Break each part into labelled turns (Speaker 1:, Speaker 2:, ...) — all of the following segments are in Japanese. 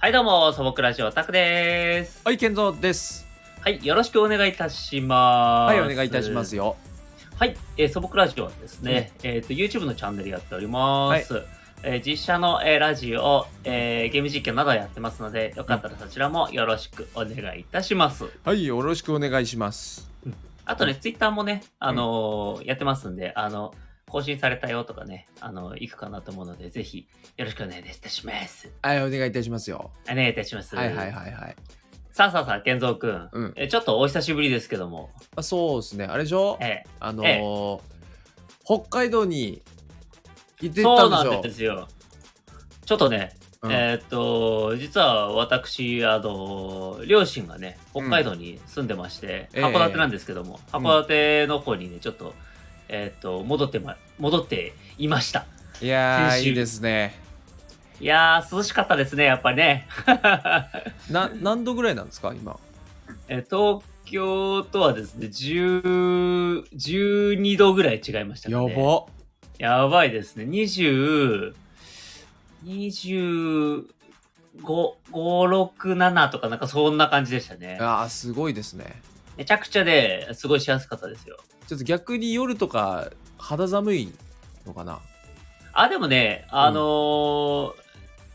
Speaker 1: はい、どうも、素朴ラジオタクです。
Speaker 2: はい、健三です。
Speaker 1: はい、よろしくお願いいたします。
Speaker 2: はい、お願いいたします
Speaker 1: よ。
Speaker 2: よ。
Speaker 1: はい、えー素朴ラジオはですね、えっ、と、YouTube のチャンネルやっております。えー実写の、えーラジオ、えーゲーム実況などやってますので、よかったらそちらもよろしくお願いいたします。
Speaker 2: はい、よろしくお願いします。
Speaker 1: あとね、Twitter もね、あのーやってますんで、あの、更新されたよとかね、あの、いくかなと思うので、ぜひ、よろしくお願いいたします。
Speaker 2: はい、お願いいたしますよ。
Speaker 1: お願いいたします。
Speaker 2: はいはいはいはい。
Speaker 1: さあさあさあ、健三くん。
Speaker 2: うん。
Speaker 1: えーちょっとお久しぶりですけども、
Speaker 2: あそうですね。あれでしょ
Speaker 1: え
Speaker 2: あの
Speaker 1: え
Speaker 2: ー、北海道に行って
Speaker 1: ーそう
Speaker 2: たんでし
Speaker 1: なん
Speaker 2: ょ
Speaker 1: ですよ。ちょっとね、
Speaker 2: うん
Speaker 1: えーっと、実は私、あの、両親がね、北海道に住んでまして、
Speaker 2: ええ
Speaker 1: 函館なんですけども、
Speaker 2: うん
Speaker 1: 函館の方にね、ちょっと、えーっと、戻ってま、戻っていました。
Speaker 2: いやー、
Speaker 1: 先週
Speaker 2: いいですね。
Speaker 1: いやー、涼しかったですね、やっぱりね。
Speaker 2: な、何度ぐらいなんですか今。
Speaker 1: え東京とはですね、10 12度ぐらい違いました
Speaker 2: や
Speaker 1: かね。
Speaker 2: ば。
Speaker 1: やばいですね。20、25、5、6、7とかなんかそんな感じでしたね。
Speaker 2: あー、すごいですね。
Speaker 1: めちゃくちゃですごいしやすかったですよ。
Speaker 2: ちょっと逆に夜とか肌寒いのか な
Speaker 1: あ、でもね、あのー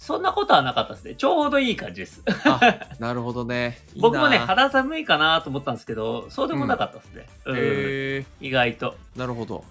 Speaker 1: そんなことはなかったですね。ちょうどいい感じです。
Speaker 2: あ、なるほどね。いいな
Speaker 1: 僕もね、肌寒いかなと思ったんですけど、そうでもなかったですね。うん
Speaker 2: へ
Speaker 1: 意外と。
Speaker 2: ー、なるほど。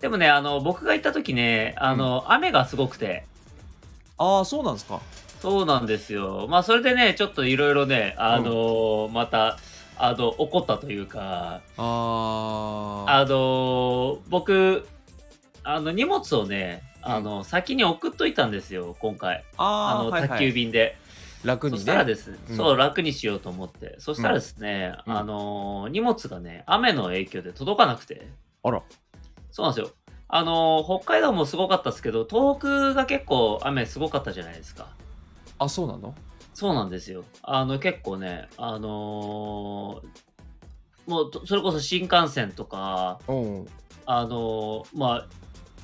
Speaker 1: でもね、あの、僕が行った時ね、あの、雨がすごくて、
Speaker 2: あー、そうなんですか。
Speaker 1: そうなんですよ。まあ、それでね、ちょっといろいろね、あのーまた、あの、怒ったというか、
Speaker 2: あー。
Speaker 1: あのー僕、あの、荷物をね、あの、先に送っといたんですよ、今回。あ
Speaker 2: あ
Speaker 1: の、
Speaker 2: ー、はいは
Speaker 1: 宅
Speaker 2: い
Speaker 1: 急便で。
Speaker 2: 楽
Speaker 1: そ
Speaker 2: に
Speaker 1: したら
Speaker 2: ね。
Speaker 1: ですね、
Speaker 2: うん
Speaker 1: そう、楽にしようと思って。そしたらですね、
Speaker 2: うん
Speaker 1: あのー荷物がね、雨の影響で届かなくて。
Speaker 2: あら。
Speaker 1: そうなんですよ。あのー北海道もすごかったですけど、東北が結構雨すごかったじゃないですか。
Speaker 2: あ、そうなの
Speaker 1: そうなんですよ。あの結構ね、あのーもうとそれこそ新幹線とか、
Speaker 2: うん。
Speaker 1: あのーまあ、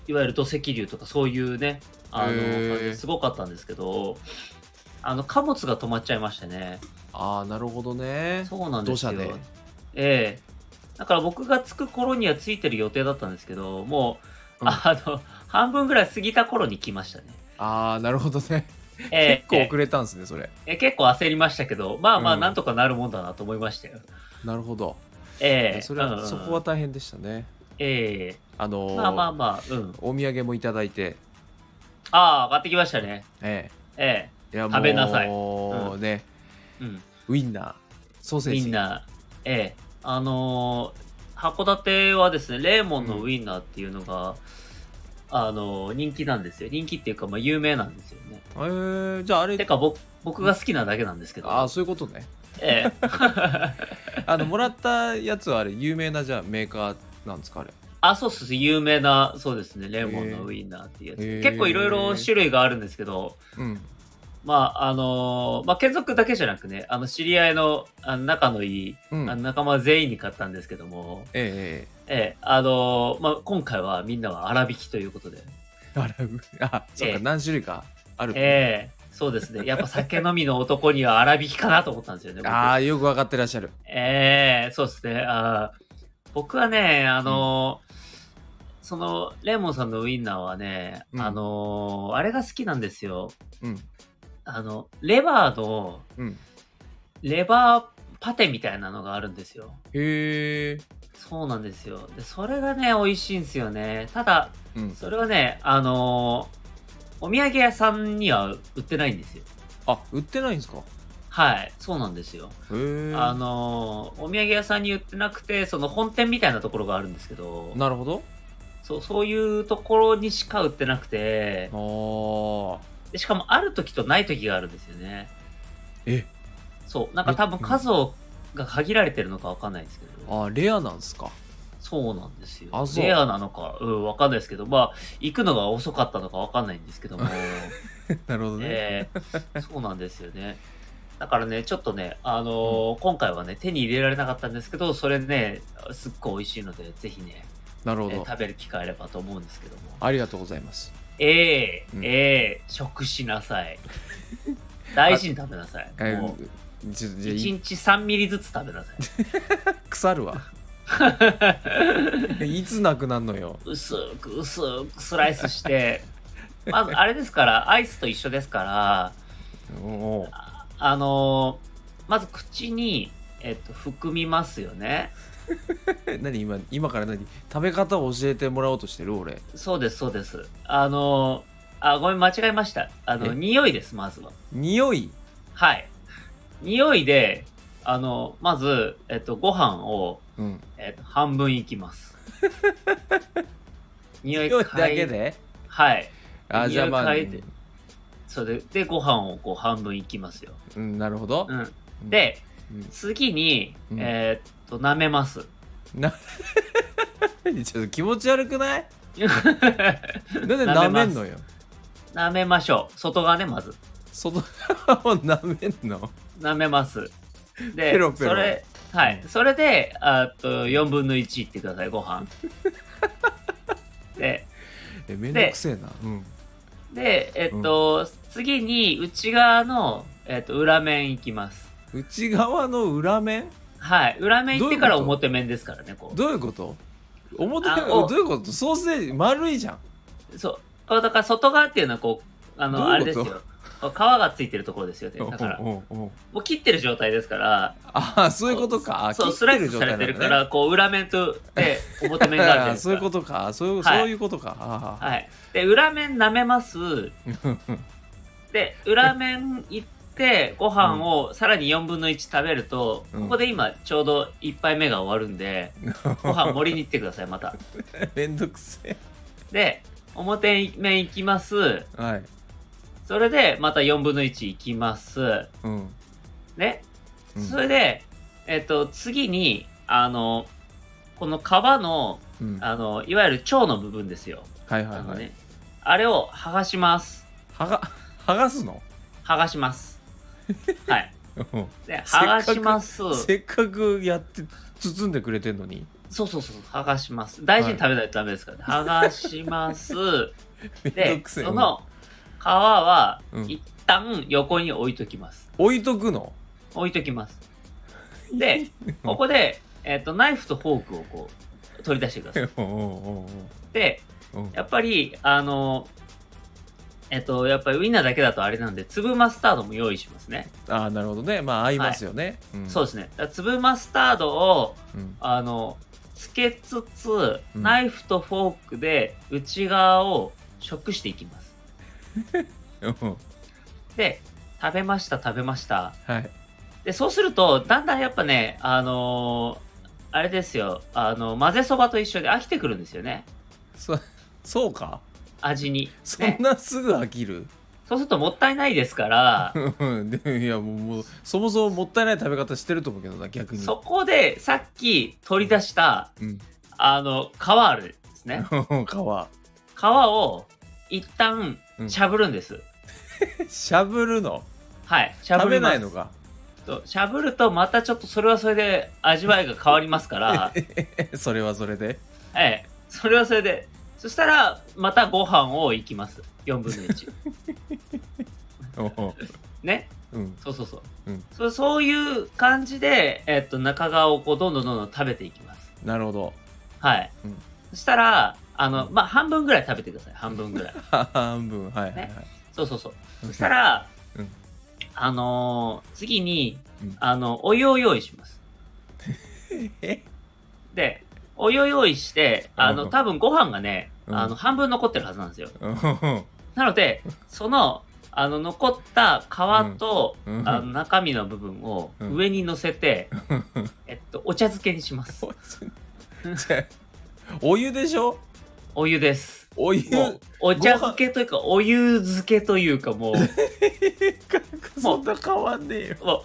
Speaker 1: いわゆる土石流とかそういうね、あの
Speaker 2: へー
Speaker 1: 感じですごかったんですけど、あの貨物が止まっちゃいましてね、
Speaker 2: ああ、なるほどね。
Speaker 1: そうなんですよ。
Speaker 2: 土砂で
Speaker 1: ええだから僕が着く頃には着いてる予定だったんですけど、もう、
Speaker 2: うん
Speaker 1: あの、半分ぐらい過ぎた頃に来ましたね。
Speaker 2: ああ、なるほどね。
Speaker 1: ええ
Speaker 2: 結構遅れたんですね、それ。
Speaker 1: ええ結構焦りましたけど、まあまあ、
Speaker 2: うん
Speaker 1: なんとかなるもんだなと思いましたよ。
Speaker 2: なるほど。
Speaker 1: ええ
Speaker 2: それ
Speaker 1: うんうんう
Speaker 2: は、
Speaker 1: ん
Speaker 2: そこは大変でしたね。
Speaker 1: ええ
Speaker 2: あのー
Speaker 1: まあまあまあ、うん。
Speaker 2: お土産もいただいて、
Speaker 1: ああ、上がってきましたね。
Speaker 2: え
Speaker 1: え
Speaker 2: えいや
Speaker 1: 食べなさい
Speaker 2: もうね、
Speaker 1: えうん。
Speaker 2: ウインナー、ソーセー
Speaker 1: ウ
Speaker 2: ジ。
Speaker 1: インナー、ええあのー函館はですね、レーモンのウインナーっていうのが、あのー人気なんですよ。人気っていうか、まあ、有名なんですよね。
Speaker 2: えーじゃああ
Speaker 1: て
Speaker 2: れ、
Speaker 1: か、僕、僕が好きなだけなんですけど。
Speaker 2: ああ、そういうことね。
Speaker 1: ええ
Speaker 2: あの、もらったやつはあれ、有名なじゃあメーカーなんですか、あれ。
Speaker 1: あ、そうっす。有名な、そうですね、レーモンのウインナーっていうやつ。
Speaker 2: へえ
Speaker 1: 結構いろいろ種類があるんですけど、
Speaker 2: うん。
Speaker 1: まあ、あのーまあ、継続だけじゃなくね、あの、知り合いの、あの仲のいい、
Speaker 2: うん。
Speaker 1: あの
Speaker 2: え
Speaker 1: 仲間全員に買ったんですけども、
Speaker 2: ええ
Speaker 1: ええ、あのーまあ、今回はみんなは粗挽きということで、
Speaker 2: えあらうあ、そっ
Speaker 1: ええ
Speaker 2: か、何種類かある。
Speaker 1: ええ、そうですね。やっぱ酒飲みの男には粗挽きかなと思ったんですよね。僕
Speaker 2: ああ、よくわかってらっしゃる。
Speaker 1: ええ、そうですね。あー僕はね、あのーその、レモンさんのウインナーはね、
Speaker 2: うん
Speaker 1: あのーあれが好きなんですよ。
Speaker 2: うん。
Speaker 1: あの、レバーの、
Speaker 2: うん。
Speaker 1: レバーパテみたいなのがあるんですよ。
Speaker 2: へえ。
Speaker 1: そうなんですよ。で、それがね、美味しいんですよね。ただ、
Speaker 2: うん。
Speaker 1: それはね、あのーお土産屋さんには売ってないんですよ。
Speaker 2: あ、売ってないんですか
Speaker 1: はい、そうなんですよ。
Speaker 2: へえ。
Speaker 1: あのーお土産屋さんに売ってなくて、その本店みたいなところがあるんですけど、
Speaker 2: なるほど。
Speaker 1: そうそういうところにしか売ってなくて、
Speaker 2: あ
Speaker 1: でしかもある時とない時があるんですよね。
Speaker 2: え
Speaker 1: そう、なんか多分数をが限られてるのかわかんないですけど、
Speaker 2: あ、あレアなんですか。
Speaker 1: そうなんですよ
Speaker 2: あ。そう
Speaker 1: レアなのか、うん、わかんないですけど、まあ、行くのが遅かったのかわかんないんですけど も、
Speaker 2: なるほどね。
Speaker 1: えーそうなんですよね。だからね、ちょっとね、あのー今回はね、手に入れられなかったんですけど、それね、すっごい美味しいので、ぜひね、
Speaker 2: なる
Speaker 1: え
Speaker 2: ほ
Speaker 1: ー
Speaker 2: ど。
Speaker 1: 食べる機会あればと思うんですけども。
Speaker 2: ありがとうございます。
Speaker 1: ええ
Speaker 2: うん
Speaker 1: ええ食しなさい。大事に食べなさい。
Speaker 2: え
Speaker 1: もう
Speaker 2: ーじじ
Speaker 1: 1日3ミリずつ食べなさい。
Speaker 2: 腐るわ いつなくなんのよ
Speaker 1: 薄く薄くスライスして、まずあれですから、アイスと一緒ですから、
Speaker 2: もう
Speaker 1: ああのーまず口に、えっと、含みますよね。
Speaker 2: え 何今今から何食べ方を教えてもらおうとしてる俺
Speaker 1: そうです、そうです。あのーあ、ごめん、間違えました。あの、
Speaker 2: え
Speaker 1: 匂いです、まずは。
Speaker 2: 匂い
Speaker 1: はい。匂いで、あの、まず、えっと、ご飯を、
Speaker 2: うん
Speaker 1: えっと、半分いき ます。匂い
Speaker 2: 匂い
Speaker 1: 嗅
Speaker 2: だ
Speaker 1: い
Speaker 2: けで
Speaker 1: はい。
Speaker 2: あじゃあまあ
Speaker 1: 匂い嗅いでそれで、ご飯をこう半分いきますよ。
Speaker 2: うんなるほど
Speaker 1: う、ん。で、
Speaker 2: うん
Speaker 1: 次に、
Speaker 2: うん
Speaker 1: えーっと、舐めます。
Speaker 2: ちょっと気持ち悪くないなんで舐
Speaker 1: 舐め
Speaker 2: め
Speaker 1: ます
Speaker 2: んのよ
Speaker 1: 舐めましょう。外側ね、まず。
Speaker 2: 外側を舐めんの
Speaker 1: 舐めます。で、
Speaker 2: ペロペロ
Speaker 1: それ、はい。それで、あっと、4分の1いってください、ご 飯。で、
Speaker 2: えめんどくせえな、うん、
Speaker 1: で、えっと、次に内側の、えっと、裏面いきます。
Speaker 2: 内側の裏面
Speaker 1: はい。裏面行ってから
Speaker 2: どういうこと
Speaker 1: 表面ですからね、こ
Speaker 2: どういうこと表
Speaker 1: あ
Speaker 2: ど
Speaker 1: お
Speaker 2: ういうことソーセージ丸いじゃん
Speaker 1: う。そう。あだから外側っていうのはこう、あ
Speaker 2: ど
Speaker 1: の、
Speaker 2: う
Speaker 1: あ
Speaker 2: いう
Speaker 1: れ
Speaker 2: こ
Speaker 1: です
Speaker 2: と
Speaker 1: よ。こう皮がついてるところですよね。だから、も
Speaker 2: おうおうおう
Speaker 1: う切ってる状態ですから、
Speaker 2: ああそういうことかあ
Speaker 1: そう、
Speaker 2: 切
Speaker 1: ス
Speaker 2: っ
Speaker 1: ラ
Speaker 2: て
Speaker 1: イスされてるか
Speaker 2: ね
Speaker 1: ら、こう、裏面と、で、表面があ
Speaker 2: あ
Speaker 1: る
Speaker 2: あ
Speaker 1: じ
Speaker 2: そ
Speaker 1: ゃ
Speaker 2: う
Speaker 1: ないいうですか
Speaker 2: ことかそういう
Speaker 1: はい
Speaker 2: そういうことかあ
Speaker 1: はい。で、裏面舐めます。
Speaker 2: あ
Speaker 1: で、裏面行って、ご飯をさらに4分の1食べると、
Speaker 2: うん
Speaker 1: ここで今、ちょうど1杯目が終わるん で、ご飯盛りに行ってください、また。
Speaker 2: めんどくせえ
Speaker 1: で、表面行きます。
Speaker 2: はい
Speaker 1: それで、また4分の1行きます。
Speaker 2: うん
Speaker 1: ね。
Speaker 2: うん
Speaker 1: それで、えっと、次に、あの、この皮の、
Speaker 2: うんはい
Speaker 1: あの、いわゆる腸の部分ですよ。
Speaker 2: はい
Speaker 1: あの
Speaker 2: はい
Speaker 1: ね。あれを剥がします。
Speaker 2: はが剥がすの
Speaker 1: 剥がします。はい。
Speaker 2: うん
Speaker 1: で、
Speaker 2: せ
Speaker 1: 剥
Speaker 2: っか
Speaker 1: が
Speaker 2: く
Speaker 1: します。そう
Speaker 2: せっかくやって包んでくれてんのに
Speaker 1: そうそうそう、剥がします。大事に食べないとダメですからね。剥がし ます。
Speaker 2: めんど
Speaker 1: で、
Speaker 2: くせえ
Speaker 1: その皮は
Speaker 2: うん
Speaker 1: 一旦横に置いときます。
Speaker 2: 置いと くの
Speaker 1: 置いときます。 で、ここで、えっとナイフとフォークをこう取り出してくだ
Speaker 2: う
Speaker 1: さい。
Speaker 2: んうん
Speaker 1: で、
Speaker 2: うんうん
Speaker 1: やっぱり、あの、えっと、やっぱりウインナーだけだとあれなんで、粒マスタードも用意しますね。
Speaker 2: ああなるほどねまあ合いますよねうん
Speaker 1: そうですね。だから粒マスタードを、
Speaker 2: うん
Speaker 1: あの、つけつつ、
Speaker 2: うん
Speaker 1: ナイフとフォークで内側を食していきます。
Speaker 2: うん
Speaker 1: で、食べました、食べました。
Speaker 2: はい
Speaker 1: で、そうすると、だんだんやっぱね、あのーあれですよ、あの、混ぜそばと一緒で飽きてくるんですよね、
Speaker 2: そそうか
Speaker 1: 味に。
Speaker 2: そん
Speaker 1: ね、
Speaker 2: なすぐ飽きる
Speaker 1: そうするともったいないですから、
Speaker 2: うんでいやもうもうそもそももったいない食べ方してると思 うけどな逆に
Speaker 1: そこでさっき取り出した、
Speaker 2: うん
Speaker 1: あの、皮あるですね。
Speaker 2: 皮
Speaker 1: 皮を一旦
Speaker 2: うん
Speaker 1: しゃぶるんです。
Speaker 2: しゃぶるの
Speaker 1: はい、しゃ
Speaker 2: 食
Speaker 1: ぶ
Speaker 2: べ
Speaker 1: ります
Speaker 2: ないのか
Speaker 1: としゃぶるとまたちょっとそれはそれで味わいが変わりますから、
Speaker 2: それはそれで
Speaker 1: ええ、それはそれでそしたらまたご飯をいきます4分の1ね
Speaker 2: うん
Speaker 1: そうそうそう、
Speaker 2: うん
Speaker 1: そそういう感じで、えっと中側をこうどんどんどんどん食べていきます
Speaker 2: なるほど
Speaker 1: はい、
Speaker 2: うん
Speaker 1: そしたらあのまあ半分ぐらい食べてください半分ぐらい
Speaker 2: 半分はいはいはい
Speaker 1: そうそうそうそしたら、
Speaker 2: うん
Speaker 1: あのー次に
Speaker 2: うん
Speaker 1: あのお湯を用意します
Speaker 2: え
Speaker 1: で、お湯を用意して、あ
Speaker 2: うん
Speaker 1: の、多分ご飯がね、
Speaker 2: うん
Speaker 1: あの、半分残ってるはずなんですよ。
Speaker 2: うん
Speaker 1: なので、その、あの、残った皮と、
Speaker 2: うんうん
Speaker 1: あの中身の部分を
Speaker 2: うん
Speaker 1: 上に乗せて、えっと、お茶漬けにし ます。
Speaker 2: じゃあお湯でしょ
Speaker 1: お湯です。
Speaker 2: お湯
Speaker 1: もう、お茶漬けというか、お湯漬けというか、 もう、
Speaker 2: そんな変わんねえよ
Speaker 1: もう、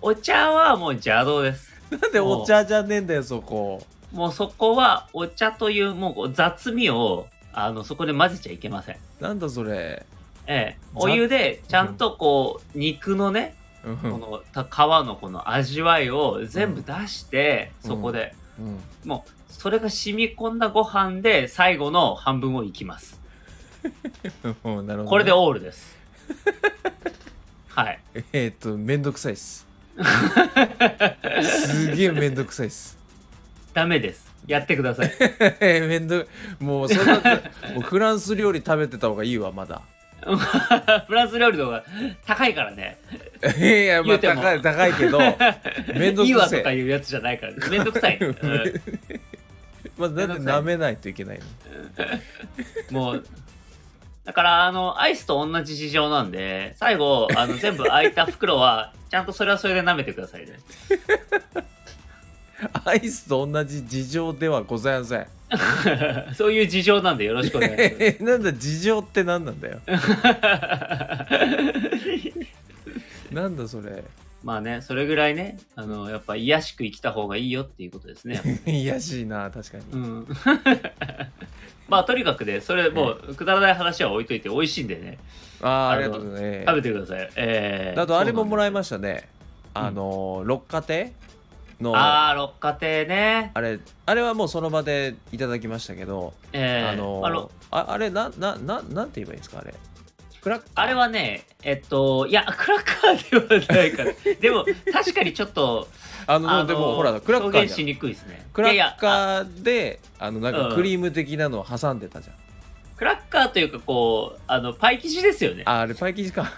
Speaker 1: お茶はもう邪道です。
Speaker 2: なんでお茶じゃねえんだよそこ
Speaker 1: もうそこは、お茶という、もうこう雑味を、あの、そこで混ぜちゃいけません。
Speaker 2: なんだそれ
Speaker 1: ええ、
Speaker 2: ざ
Speaker 1: お湯でちゃんとこう、肉のね
Speaker 2: うん
Speaker 1: このた皮のこの味わいを全部出して、
Speaker 2: うん
Speaker 1: そこで
Speaker 2: うん
Speaker 1: もうそれが染み込んだご飯で最後の半分をいきます
Speaker 2: うんなるほどね
Speaker 1: これでオールです はい。
Speaker 2: えーっとめんどくさいっすすげえめんどくさいっす
Speaker 1: ダメです。やってください。
Speaker 2: めんどもうそんなもうフランス料理食べてた方がいいわまだ
Speaker 1: フランス料理の方が高いからね。
Speaker 2: いやいや
Speaker 1: 言
Speaker 2: まあ
Speaker 1: うても
Speaker 2: 高い高いけどめんど
Speaker 1: いい
Speaker 2: く
Speaker 1: わ
Speaker 2: せ
Speaker 1: とか
Speaker 2: え
Speaker 1: いうやつじゃないから、ね、めんどくさい、うん
Speaker 2: まあ、だ
Speaker 1: め
Speaker 2: って
Speaker 1: んどくさい
Speaker 2: 舐めないといけないの
Speaker 1: もうだからあのアイスと同じ事情なんで最後あの全部空いた袋はちゃんとそれはそれで舐めてくださいね
Speaker 2: アイスと同じ事情ではございません
Speaker 1: そういう事情なんでよろしくお願いします
Speaker 2: えなんだ事情って何なんだよなんだそれ
Speaker 1: まあねそれぐらいねあのやっぱ癒やしく生きた方がいいよっていうことですね
Speaker 2: いやしいな確かに、
Speaker 1: うん まあとにかくねそれもうくだらない話は置いといて美味しいんでね
Speaker 2: ああ
Speaker 1: あ
Speaker 2: あ
Speaker 1: の
Speaker 2: りがとうね
Speaker 1: 食べてくださいえー
Speaker 2: あとあれももらいま
Speaker 1: し
Speaker 2: したね
Speaker 1: うん
Speaker 2: あの六花亭のあ
Speaker 1: ああ六花亭ね
Speaker 2: れあれはもうその場でいただきましたけど、
Speaker 1: えー、
Speaker 2: あの
Speaker 1: あの
Speaker 2: ああれななななんて言えばいいんですかあれクラッ
Speaker 1: あれはね、えっと、いや、クラッカーではないから、 でも、確かにちょっと、
Speaker 2: あの
Speaker 1: あの
Speaker 2: でもほらクラッカ
Speaker 1: 表
Speaker 2: ー
Speaker 1: 現
Speaker 2: じ
Speaker 1: し
Speaker 2: ゃん
Speaker 1: にくいですね。
Speaker 2: クラ
Speaker 1: いやい
Speaker 2: ッ
Speaker 1: や
Speaker 2: カ
Speaker 1: あ
Speaker 2: ーであのなん
Speaker 1: う
Speaker 2: か
Speaker 1: ん
Speaker 2: クリーム的なのを挟んでたじゃん、
Speaker 1: クラッカーというか、こう、あの、パイ生地ですよ ね。
Speaker 2: ああれパイ生地か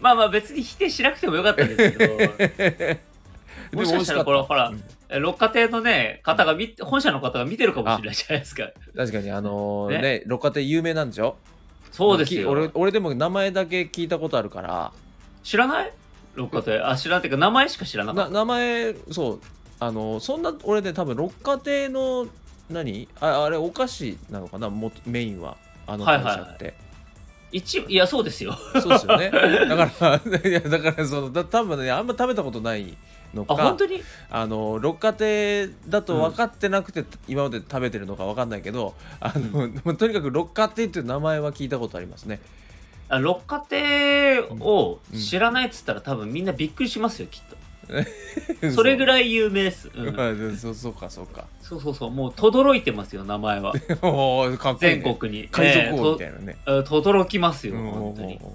Speaker 1: まあまあ、別に否定しなくてもよかったんですけど、
Speaker 2: でも
Speaker 1: もしかしたら、こ
Speaker 2: 美
Speaker 1: れ、
Speaker 2: 味しかっ
Speaker 1: ほら
Speaker 2: うん、
Speaker 1: え六花亭のね、方が見、本社の方が見てるかもしれないじゃないですか。
Speaker 2: た確かにあの
Speaker 1: ね
Speaker 2: ね六花亭有名なんでしょ
Speaker 1: そうです
Speaker 2: き俺
Speaker 1: よ。
Speaker 2: 俺でも名前だけ聞いたことあるから
Speaker 1: 知らない六花亭。あ、知らないっていうか、名前しか知らなかっ
Speaker 2: な名前そうあのそんな俺ね多分六花亭の何ああれお菓子なのかなもメインはあの
Speaker 1: はい
Speaker 2: 会
Speaker 1: はいはい
Speaker 2: 社って、
Speaker 1: た。一部、いや、そうですよ。
Speaker 2: そうですよねだから いやだからそのだ多分ねあんま食べたことないの
Speaker 1: あ、
Speaker 2: か
Speaker 1: 本当に
Speaker 2: あの六花亭だと分かってなくて、今まで食べてるのか分かんないけどあの、とにかく六花亭っていう名前は聞いたことありますね
Speaker 1: あ六花亭を知らないっつったら、多分みんなびっくりしますよ、きっと。 それぐ
Speaker 2: らい
Speaker 1: らい有名です。うん
Speaker 2: そうそうかそうか
Speaker 1: そうそうそう、もう轟いてますよ、名前は。
Speaker 2: おーかっこいい、ね、
Speaker 1: 全国に。
Speaker 2: 海賊王み
Speaker 1: え
Speaker 2: たいなね、
Speaker 1: えとあ轟きますよ、
Speaker 2: うん
Speaker 1: 本当に。
Speaker 2: おーおーおー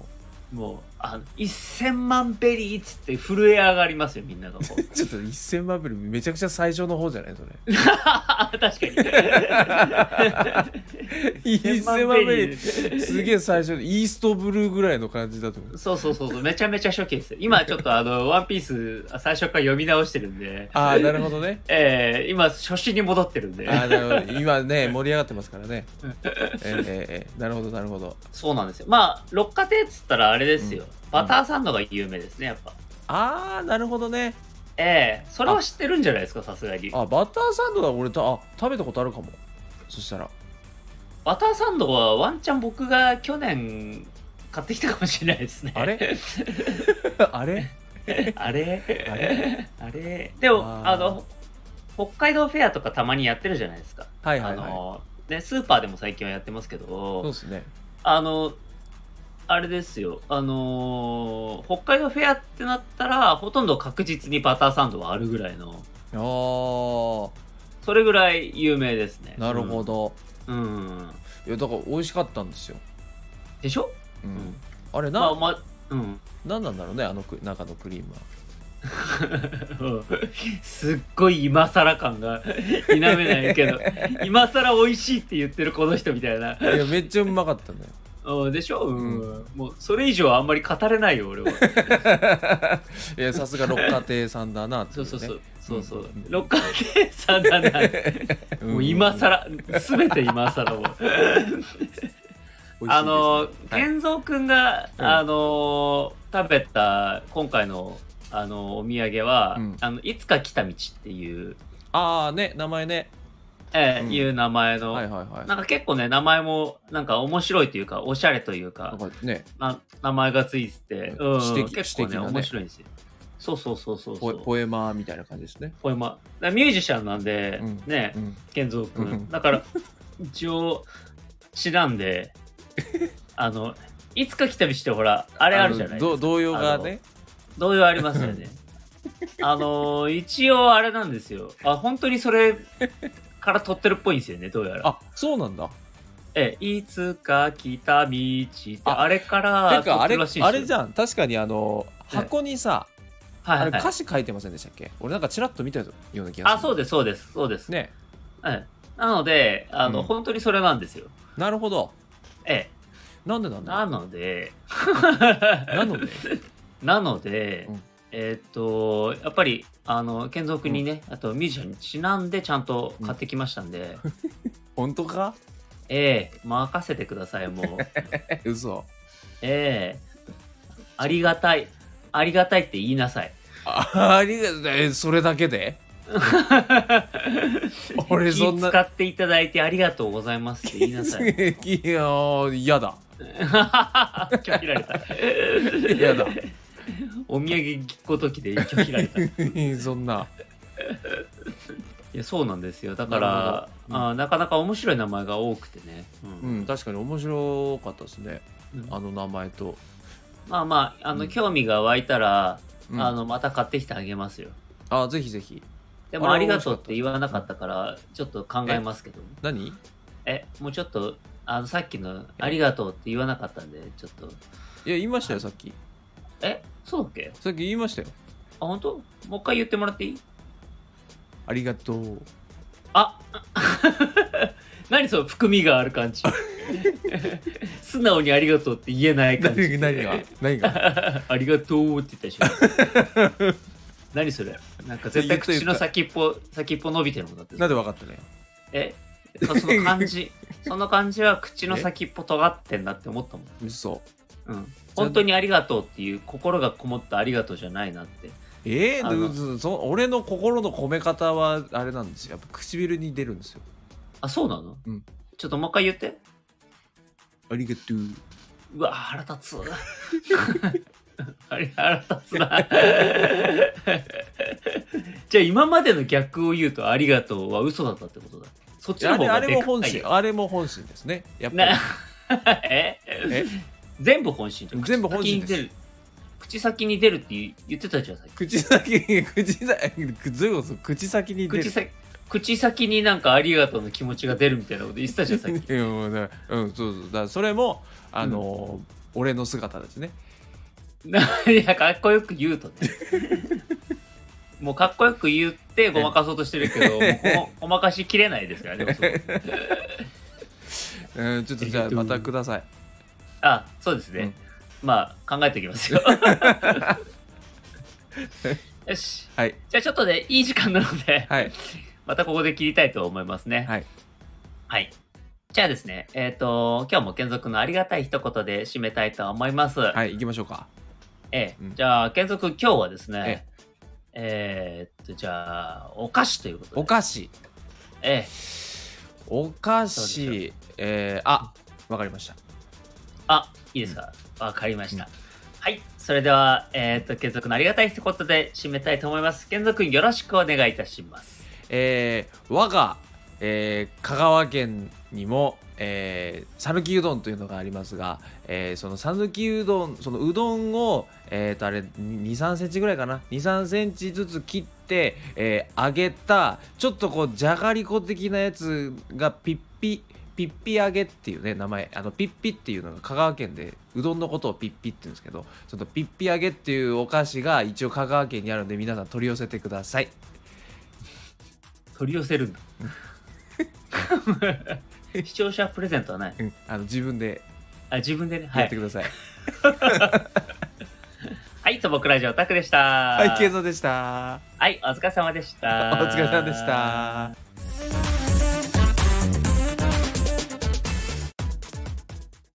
Speaker 1: もう、あの、1000万ベリーっつって震え上がりますよ、みんながこ う。
Speaker 2: ちょっと1000万ブルめちゃくちゃ最初の方じゃないそ
Speaker 1: 確
Speaker 2: れ
Speaker 1: かに。
Speaker 2: 1000
Speaker 1: 1000
Speaker 2: 万
Speaker 1: 万
Speaker 2: ブ
Speaker 1: ベ
Speaker 2: ル
Speaker 1: リ
Speaker 2: す
Speaker 1: ー。
Speaker 2: げえ最初イーストブルーぐらいの感じだ と思う
Speaker 1: そうそうそうそう、めちゃめちゃ初期ですよ。今ちょっとあの、ワンピース最初から読み直してるんで、
Speaker 2: ああなるほ どね
Speaker 1: えー、今初心に戻ってるんで
Speaker 2: あ。ーなるほど今ね盛り上がってますからねえーえーえーなるほどなるほど
Speaker 1: そうなんですよ。まあ、六花亭っつったらあれですよ。
Speaker 2: うん
Speaker 1: バターサンドが有名ですね、やっぱ。
Speaker 2: ああなるほどね
Speaker 1: ええそれは知ってるんじゃないですか、さすがに。
Speaker 2: あバターサンドは俺たあ食べたことあるかもそしたら
Speaker 1: バターサンドはワンチャン僕が去年買ってきたかもしれないですね。
Speaker 2: あれ あれ
Speaker 1: あれ
Speaker 2: あれ
Speaker 1: あれでも
Speaker 2: あー
Speaker 1: あの、北海道フェアとかたまにやってるじゃないですか。
Speaker 2: はいはい
Speaker 1: あ
Speaker 2: はい
Speaker 1: のね、スーパーでも最近はやってますけ
Speaker 2: そうで
Speaker 1: ど、
Speaker 2: すね
Speaker 1: あの、あれですよ、あのー北海道フェアってなったら、ほとんど確実にバターサンドはあるぐらいの、
Speaker 2: あー
Speaker 1: それぐらい有名ですね。
Speaker 2: なるほど、
Speaker 1: うん。うん。
Speaker 2: いやだから美味しかったんですよ、
Speaker 1: でしょ
Speaker 2: うん
Speaker 1: うん
Speaker 2: あれな、
Speaker 1: まあ、まあ、うん。
Speaker 2: なんなんだろうねあのく中のクリームは
Speaker 1: うんすっごい今更感 が否めないけど今更美味しいって言ってるこの人みたいない
Speaker 2: やめっちゃうまかったん だよ
Speaker 1: うんでしょ、うん
Speaker 2: う
Speaker 1: もうそれ以上はあんまり語れないよ俺は
Speaker 2: いやさすが六花亭さんだなってい
Speaker 1: そうそうそう、
Speaker 2: ね
Speaker 1: そうそう
Speaker 2: うん
Speaker 1: 六花亭さんだなもう今更全て今更もうあの
Speaker 2: はい
Speaker 1: 健三くんが、
Speaker 2: うん
Speaker 1: あの食べた今回のあのお土産は、
Speaker 2: うん
Speaker 1: あのいつか来た道っていう、
Speaker 2: ああね名前ね
Speaker 1: ええ
Speaker 2: うん
Speaker 1: いう名前の、
Speaker 2: はいはいはい
Speaker 1: なんか結構ね、名前もなんか面白いというか、おしゃれという
Speaker 2: な
Speaker 1: か
Speaker 2: ん、かね
Speaker 1: な名前がついてて、
Speaker 2: うん
Speaker 1: うん
Speaker 2: 詩的
Speaker 1: 結構
Speaker 2: 詩的
Speaker 1: ね、
Speaker 2: なね
Speaker 1: 面白いんですよ。そうそうそうそうそ
Speaker 2: ポエ
Speaker 1: う。
Speaker 2: ポエマーみたいな感じですね、
Speaker 1: ポエマ。だからミュージシャンなんで、
Speaker 2: うん
Speaker 1: ね
Speaker 2: う、ん、
Speaker 1: 健三
Speaker 2: う
Speaker 1: 君。
Speaker 2: ん
Speaker 1: だから、一応、ちなん で、あの、いつか来た道ってほら、あ
Speaker 2: あ
Speaker 1: れあるじゃない
Speaker 2: のど動揺がね
Speaker 1: 同様ありますよ ね。あの、一応あれなんですよ。あ、本当にそれから撮ってるっぽいんですよね、どうやら。
Speaker 2: あそうなんだ
Speaker 1: ええ、いつか来た道って
Speaker 2: あ
Speaker 1: あれから
Speaker 2: てかあれあれじ
Speaker 1: ゃん
Speaker 2: ゃん確かにあの
Speaker 1: ええ
Speaker 2: 箱にさ、
Speaker 1: はい
Speaker 2: あ
Speaker 1: はい
Speaker 2: れ
Speaker 1: はい
Speaker 2: 歌詞書いてませんでしたっけ俺なんかちらっと見たような気がす
Speaker 1: あ
Speaker 2: る
Speaker 1: そうですそうですそうです、
Speaker 2: ね
Speaker 1: ええなのであの、
Speaker 2: うん
Speaker 1: 本当にそれなんですよ
Speaker 2: なるほど
Speaker 1: え
Speaker 2: なんでな
Speaker 1: え
Speaker 2: ん
Speaker 1: な
Speaker 2: だ
Speaker 1: ので
Speaker 2: なので
Speaker 1: なので、
Speaker 2: うん
Speaker 1: えーっとやっぱりあの健三君にね、あとミュージシャンにちなんでちゃんと買ってきましたんで、
Speaker 2: 本当か
Speaker 1: ええ任せてくださいもう
Speaker 2: え嘘
Speaker 1: ええありがたいありがたいって言いなさい
Speaker 2: あありがとうえそれだけで 俺そんな
Speaker 1: 気使っていただいてありがとうございますって言いなさい
Speaker 2: いやー 嫌だ
Speaker 1: 拒否られた
Speaker 2: 嫌だ
Speaker 1: お土産ごときで拒否られた
Speaker 2: そんない
Speaker 1: やそうなんですよだから
Speaker 2: なるほどうん
Speaker 1: あーなかなか面白い名前が多くてね、う
Speaker 2: うんん確かに面白かったですね
Speaker 1: うん
Speaker 2: あの名前と、
Speaker 1: まあまああの、
Speaker 2: うん
Speaker 1: 興味が湧いたら、
Speaker 2: うん
Speaker 1: あのまた買ってきてあげますよ
Speaker 2: あぜひぜひ
Speaker 1: でも
Speaker 2: あ
Speaker 1: あ
Speaker 2: れ
Speaker 1: り
Speaker 2: 面
Speaker 1: が
Speaker 2: 白
Speaker 1: とうっ
Speaker 2: かっ
Speaker 1: たて言わなかったからちょっと考えますけど
Speaker 2: 何
Speaker 1: えもうちょっとあのさっきの「ありがとう」って言わなかったんでちょっと
Speaker 2: いや言いましたよさっき
Speaker 1: えそうだっけ
Speaker 2: さっき言いましたよ
Speaker 1: あ本当もう一回言ってもらっていい
Speaker 2: ありがとう
Speaker 1: あ 何その含みがある感じ 素直にありがとうって言えない感じ
Speaker 2: 何何が何が
Speaker 1: ありがとうって言ったでしょ 何それなんか絶対口の先っぽ先っぽ伸びてるもんだって
Speaker 2: なんで分かったね
Speaker 1: えそその感じその感じは口の先っぽ尖ってんなって思ったもん、
Speaker 2: 嘘
Speaker 1: うん、本当にありがとうっていう心がこもったありがとうじゃないなって
Speaker 2: え
Speaker 1: あの
Speaker 2: ー、ずそ俺の心の込め方はあれなんですよやっぱ唇に出るんですよ
Speaker 1: あそうなの、
Speaker 2: うん
Speaker 1: ちょっともう一回言って
Speaker 2: ありがとう
Speaker 1: うわ腹立つ あれ腹立つな じゃあ今までの逆を言うとありがとうは嘘だったってことだそっちの
Speaker 2: あ
Speaker 1: 方
Speaker 2: れ
Speaker 1: が
Speaker 2: あ
Speaker 1: で
Speaker 2: れ
Speaker 1: かいよ
Speaker 2: も本心あれも本心ですねやっぱり
Speaker 1: な え
Speaker 2: え
Speaker 1: 全部本心じゃん
Speaker 2: 全部本心です
Speaker 1: 口先に出る口先に出るって言言ってたじゃんさっき
Speaker 2: 口先 に口先にどういうこと口先に出る
Speaker 1: 口先口先になんかありがとうの気持ちが出るみたいなこと言ってたじゃんさっき
Speaker 2: いやもうだからうんそうそうだからそれもあのー俺の姿ですね
Speaker 1: ないやかっこよく言うとね もうかっこよく言ってごまかそうとしてるけど もうごまごまかしきれないですからねもうそこ
Speaker 2: うんちょっとじゃ
Speaker 1: え
Speaker 2: あ
Speaker 1: っと
Speaker 2: またください
Speaker 1: あそうですね、まあ考えておきます よよし
Speaker 2: はい
Speaker 1: じゃあちょっとねいい時間なので
Speaker 2: はい
Speaker 1: またここで切りたいと思いますね。
Speaker 2: はい。
Speaker 1: はい。じゃあですね、えっ、と、今日も健続のありがたい一言で締めたいと思います。
Speaker 2: はい行きましょうか
Speaker 1: ええ
Speaker 2: うん
Speaker 1: じゃあ、健続、今日はですね、えーっと、じゃあ、お菓子ということで。
Speaker 2: お菓子
Speaker 1: ええ
Speaker 2: お菓
Speaker 1: どう
Speaker 2: 子えー、あわかりました
Speaker 1: あ、いいですか。わ、かりました。はい。それでは、えーっと、健続のありがたい一言で締めたいと思います。健続、よろしくお願いいたします。
Speaker 2: えー、我が、えー香川県にもえー讃岐、うどんというのがありますが、えーその讃岐うどんそのうどんを、えー、とあれ23センチぐらいかな23センチずつ切って、えー揚げたちょっとこうじゃがりこ的なやつがピッピピッピ揚げっていうね名前あのピッピっていうのが香川県でうどんのことをピッピって言うんですけどそのピッピ揚げっていうお菓子が一応香川県にあるので皆さん取り寄せてください。
Speaker 1: 取り寄せ るんだ。視聴者プレゼントはない。
Speaker 2: うんあの自分で
Speaker 1: あ、自分でね。はい
Speaker 2: やって。ください。
Speaker 1: はい、素朴ラジオタクでした。
Speaker 2: はい、ケイゾウでした。
Speaker 1: はい、お疲れ様でした。
Speaker 2: お疲れ様でした。